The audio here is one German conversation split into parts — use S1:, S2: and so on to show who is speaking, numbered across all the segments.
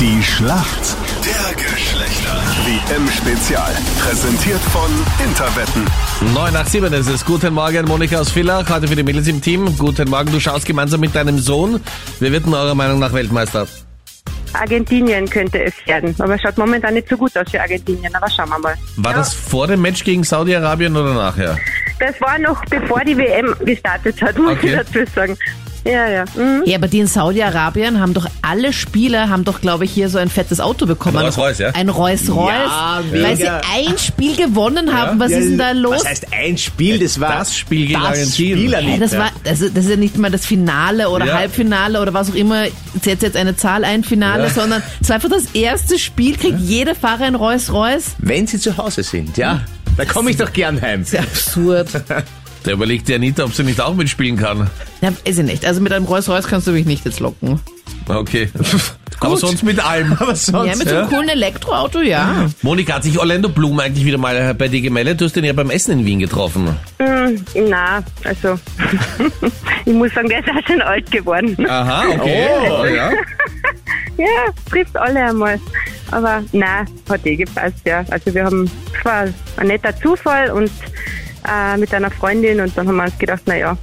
S1: Die Schlacht der Geschlechter. WM-Spezial. Präsentiert von Interwetten.
S2: 9 nach 7 ist es. Guten Morgen, Monika aus Villach, heute für die Mädels im Team. Guten Morgen, du schaust gemeinsam mit deinem Sohn. Wer wird denn eurer Meinung nach Weltmeister?
S3: Argentinien könnte es werden. Aber schaut momentan nicht so gut aus für Argentinien, aber schauen wir mal.
S2: War das vor dem Match gegen Saudi-Arabien oder nachher?
S3: Das war noch bevor die WM gestartet hat, muss
S2: Okay.
S3: ich dazu sagen. Ja, ja. Mhm.
S4: Ja, aber die in Saudi-Arabien haben doch alle Spieler, haben doch, glaube ich, hier so ein fettes Auto bekommen.
S2: Ein Rolls-Royce, ja?
S4: Ein Rolls-Royce.
S5: Ja,
S4: weil sie
S5: mega.
S4: ein Spiel gewonnen haben. Was
S5: Ja,
S4: ist denn da los?
S5: Was heißt ein Spiel? Das war
S2: Das Spiel gegen
S5: das
S2: Argentinien.
S5: Spiel,
S4: Hä,
S5: Anita.
S4: das, war, also das ist ja nicht mal das Finale oder
S2: Ja.
S4: Halbfinale oder was auch immer, setzt jetzt eine Zahl ein, Finale,
S2: Ja.
S4: sondern es war einfach das erste Spiel, kriegt jeder Fahrer ein Rolls-Royce.
S5: Wenn sie zu Hause sind, ja. Da komme ich doch gern heim.
S4: Sehr absurd.
S2: Da überlegt die Anita, ob sie nicht auch mitspielen kann.
S4: ja, ist ja nicht. Also mit einem Rolls-Royce kannst du mich nicht jetzt locken.
S2: Okay. Aber sonst mit allem.
S5: Aber sonst.
S4: Ja, mit so einem coolen Elektroauto, ja.
S2: Monika, hat sich Orlando Bloom eigentlich wieder mal bei dir gemeldet? Du hast ihn ja beim Essen in Wien getroffen.
S3: Mhm. Na, also ich muss sagen, der ist auch schon alt geworden.
S2: Aha, okay. Oh, ja.
S3: Ja, trifft alle einmal. Aber na, hat eh gepasst, ja. Also wir haben, es war ein netter Zufall und äh, mit einer Freundin und dann haben wir uns gedacht, na ja,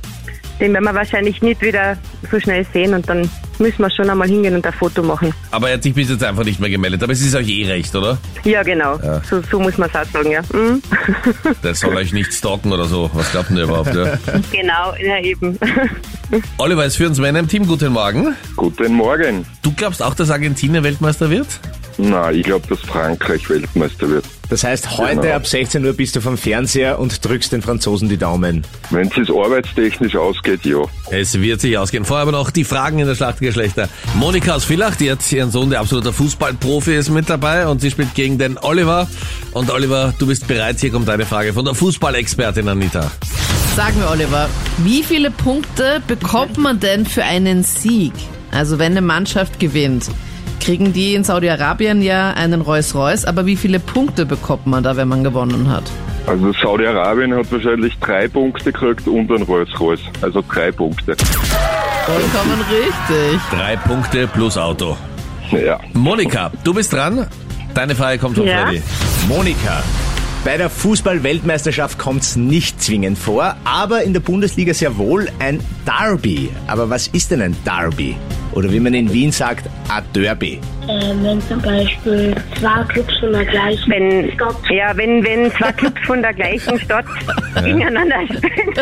S3: den werden wir wahrscheinlich nicht wieder so schnell sehen und dann müssen wir schon einmal hingehen und ein Foto machen.
S2: Aber er hat sich bis jetzt einfach nicht mehr gemeldet. Aber es ist euch eh recht, oder?
S3: Ja, genau.
S2: Ja.
S3: So, so muss man es auch sagen, ja. Mhm.
S2: Der soll euch nicht stalken oder so. Was glaubt denn der überhaupt? Ja?
S3: genau, ja eben.
S2: Oliver ist für uns Männer im Team. Guten Morgen.
S6: Guten Morgen.
S2: Du glaubst auch, dass Argentinien Weltmeister wird?
S6: Na, ich glaube, dass Frankreich Weltmeister wird.
S5: Das heißt, heute
S6: Genau.
S5: ab 16 Uhr bist du vom Fernseher und drückst den Franzosen die Daumen.
S6: Wenn es arbeitstechnisch ausgeht, ja.
S2: Es wird sich ausgehen. Vorher aber noch die Fragen in der Schlachtgeschlechter. Monika aus Villach, die hat ihren Sohn, der absoluter Fußballprofi ist, mit dabei und sie spielt gegen den Oliver. Und Oliver, du bist bereit. Hier kommt deine Frage von der Fußballexpertin Anita.
S4: Sag mir, Oliver, wie viele Punkte bekommt man denn für einen Sieg? Also wenn eine Mannschaft gewinnt, kriegen die in Saudi-Arabien ja einen Rolls-Royce, aber wie viele Punkte bekommt man da, wenn man gewonnen hat?
S6: Also Saudi-Arabien hat wahrscheinlich drei Punkte gekriegt und ein Rolls-Royce. Also drei Punkte.
S4: Vollkommen richtig.
S2: Drei Punkte plus Auto.
S6: Ja.
S2: Monika, du bist dran. Deine Frage kommt von
S3: Ja.
S2: Freddy.
S5: Monika. Bei der Fußball-Weltmeisterschaft kommt's nicht zwingend vor, aber in der Bundesliga sehr wohl ein Derby. Aber was ist denn ein Derby? Oder wie man in Wien sagt, a Derby.
S7: Ähm, wenn zum Beispiel zwei Clubs von der gleichen
S3: Wenn,
S7: Stadt
S3: ja, wenn, wenn zwei Clubs von der gleichen Stadt gegeneinander spielen.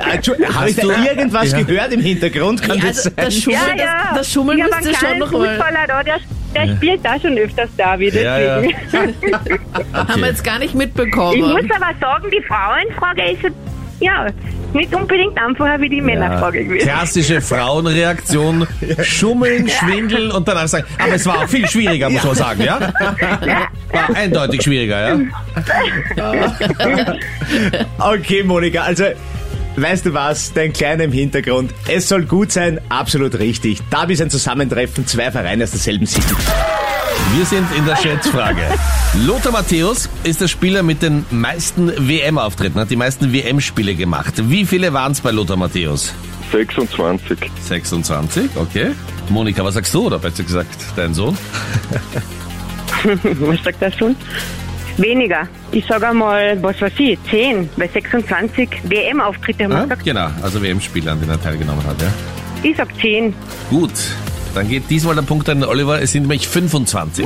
S5: Ah, Entschuldigung, habe ich da
S2: du-
S5: irgendwas
S2: Ja.
S5: gehört im Hintergrund? Kann
S4: Ja,
S5: das
S4: also
S5: sein?
S4: das Schummel,
S3: Ja, ja.
S4: Das, das Schummeln
S3: ich hab
S4: müsste
S3: einen
S4: schon
S3: kleinen
S4: noch mal.
S3: Fußballer da, der, der spielt da schon öfters Derby.
S2: Ja, ja.
S3: Deswegen.
S4: Haben wir
S2: Okay.
S4: jetzt gar nicht
S3: Ich muss
S4: mitbekommen.
S3: aber sagen, die Frauenfrage ist ja nicht unbedingt einfacher wie die Männerfrage gewesen.
S2: Klassische Frauenreaktion. Schummeln, Schwindeln und danach sagen. Aber es war auch viel schwieriger, muss man sagen, ja? War eindeutig schwieriger, ja?
S5: Okay, Monika, also weißt du was, dein Kleiner im Hintergrund. Es soll gut sein, absolut richtig. Da ist ein Zusammentreffen zwei Vereine aus derselben City.
S2: Wir sind in der Schätzfrage. Lothar Matthäus ist der Spieler mit den meisten WM-Auftritten, hat die meisten WM-Spiele gemacht. Wie viele waren es bei Lothar Matthäus?
S6: 26.
S2: 26, okay. Monika, was sagst du? Oder besser gesagt, dein Sohn?
S3: Was sagt das schon? Weniger. Ich sage einmal, was weiß ich, 10 bei 26 WM-Auftritte haben wir
S2: Ja?
S3: gesagt.
S2: Genau, also WM-Spieler, an denen er teilgenommen hat, ja.
S3: Ich sag 10.
S2: Gut, dann geht diesmal der Punkt an Oliver. Es sind nämlich 25.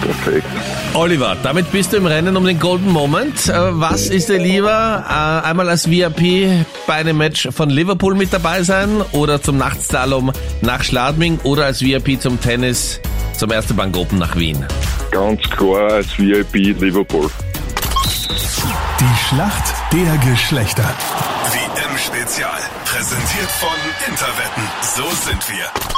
S6: Perfekt.
S2: Oliver, damit bist du im Rennen um den Golden Moment. Äh, Was ist dir lieber? Äh, Einmal als VIP bei einem Match von Liverpool mit dabei sein oder zum Nachtslalom nach Schladming oder als VIP zum Tennis zum Erste Bank Open nach Wien?
S6: Ganz klar als VIP Liverpool.
S1: Die Schlacht der Geschlechter. WM-Spezial. Präsentiert von Interwetten. So sind wir.